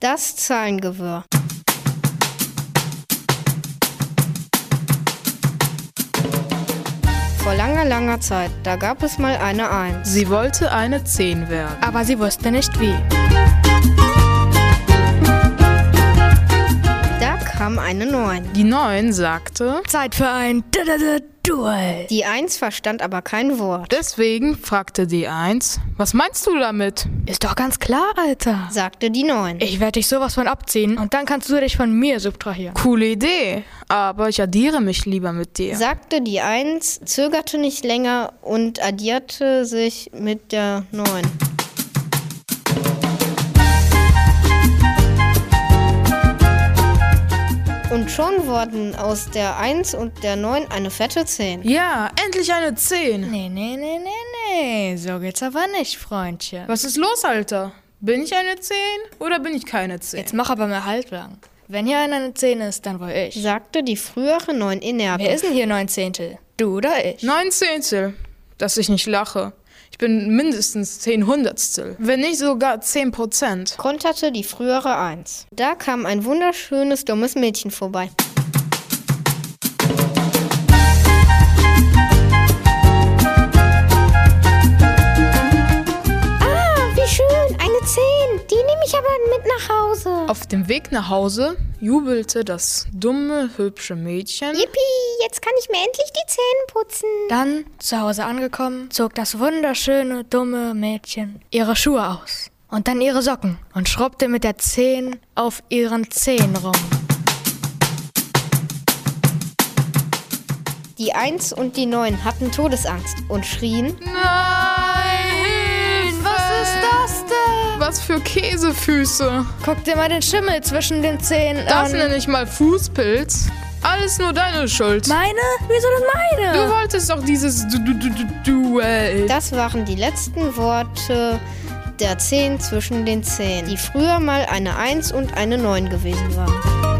das Zahlengewirr. Vor langer, langer Zeit, da gab es mal eine Eins. Sie wollte eine 10 werden. aber sie wusste nicht wie. Da kam eine Neun. Die 9 sagte, Zeit für ein Duell. Die Eins verstand aber kein Wort, deswegen fragte die 1, was meinst du damit? Ist doch ganz klar, Alter. sagte die Neun. Ich werde dich sowas von abziehen und dann kannst du dich von mir subtrahieren. Coole Idee, aber ich addiere mich lieber mit dir. Sagte die Eins, zögerte nicht länger und addierte sich mit der Neun. Und schon wurden aus der Eins und der Neun eine fette Zehn. ja, endlich eine 10. Nee, nee, nee, nee, nee. So geht's aber nicht, Freundchen. Was ist los, Alter? Bin ich eine 10 oder bin ich keine 10? Jetzt mach aber mal halblang. Wenn hier einer eine 10 ist, dann wohl ich. Sagte die frühere Neun Wer energisch. ist denn hier neun Zehntel? Du oder ich? Neun Zehntel, dass ich nicht lache. Ich bin mindestens zehn Hundertstel, wenn nicht sogar zehn Prozent. Konterte die frühere Eins. Da kam ein wunderschönes, dummes Mädchen vorbei. Ah, Wie schön, eine 10. Die nehme ich aber mit nach Hause. Auf dem Weg nach Hause jubelte das dumme, hübsche Mädchen. Yippie, jetzt kann ich mir endlich die Zähne putzen. Dann, zu Hause angekommen, zog das wunderschöne, dumme Mädchen ihre Schuhe aus und dann ihre Socken und schrubbte mit der Zehen auf ihren Zehen rum. Die Eins und die Neun hatten Todesangst und schrien, Nein! Was ist das denn? Was für Käsefüße. Guck dir mal den Schimmel zwischen den Zehen Das an. nenne ich mal Fußpilz. Alles nur deine Schuld. Meine? Wieso denn Du meine? wolltest doch dieses du du du du Duell. Das waren die letzten Worte der Zehn zwischen den Zehen, die früher mal eine Eins und eine Neun gewesen waren.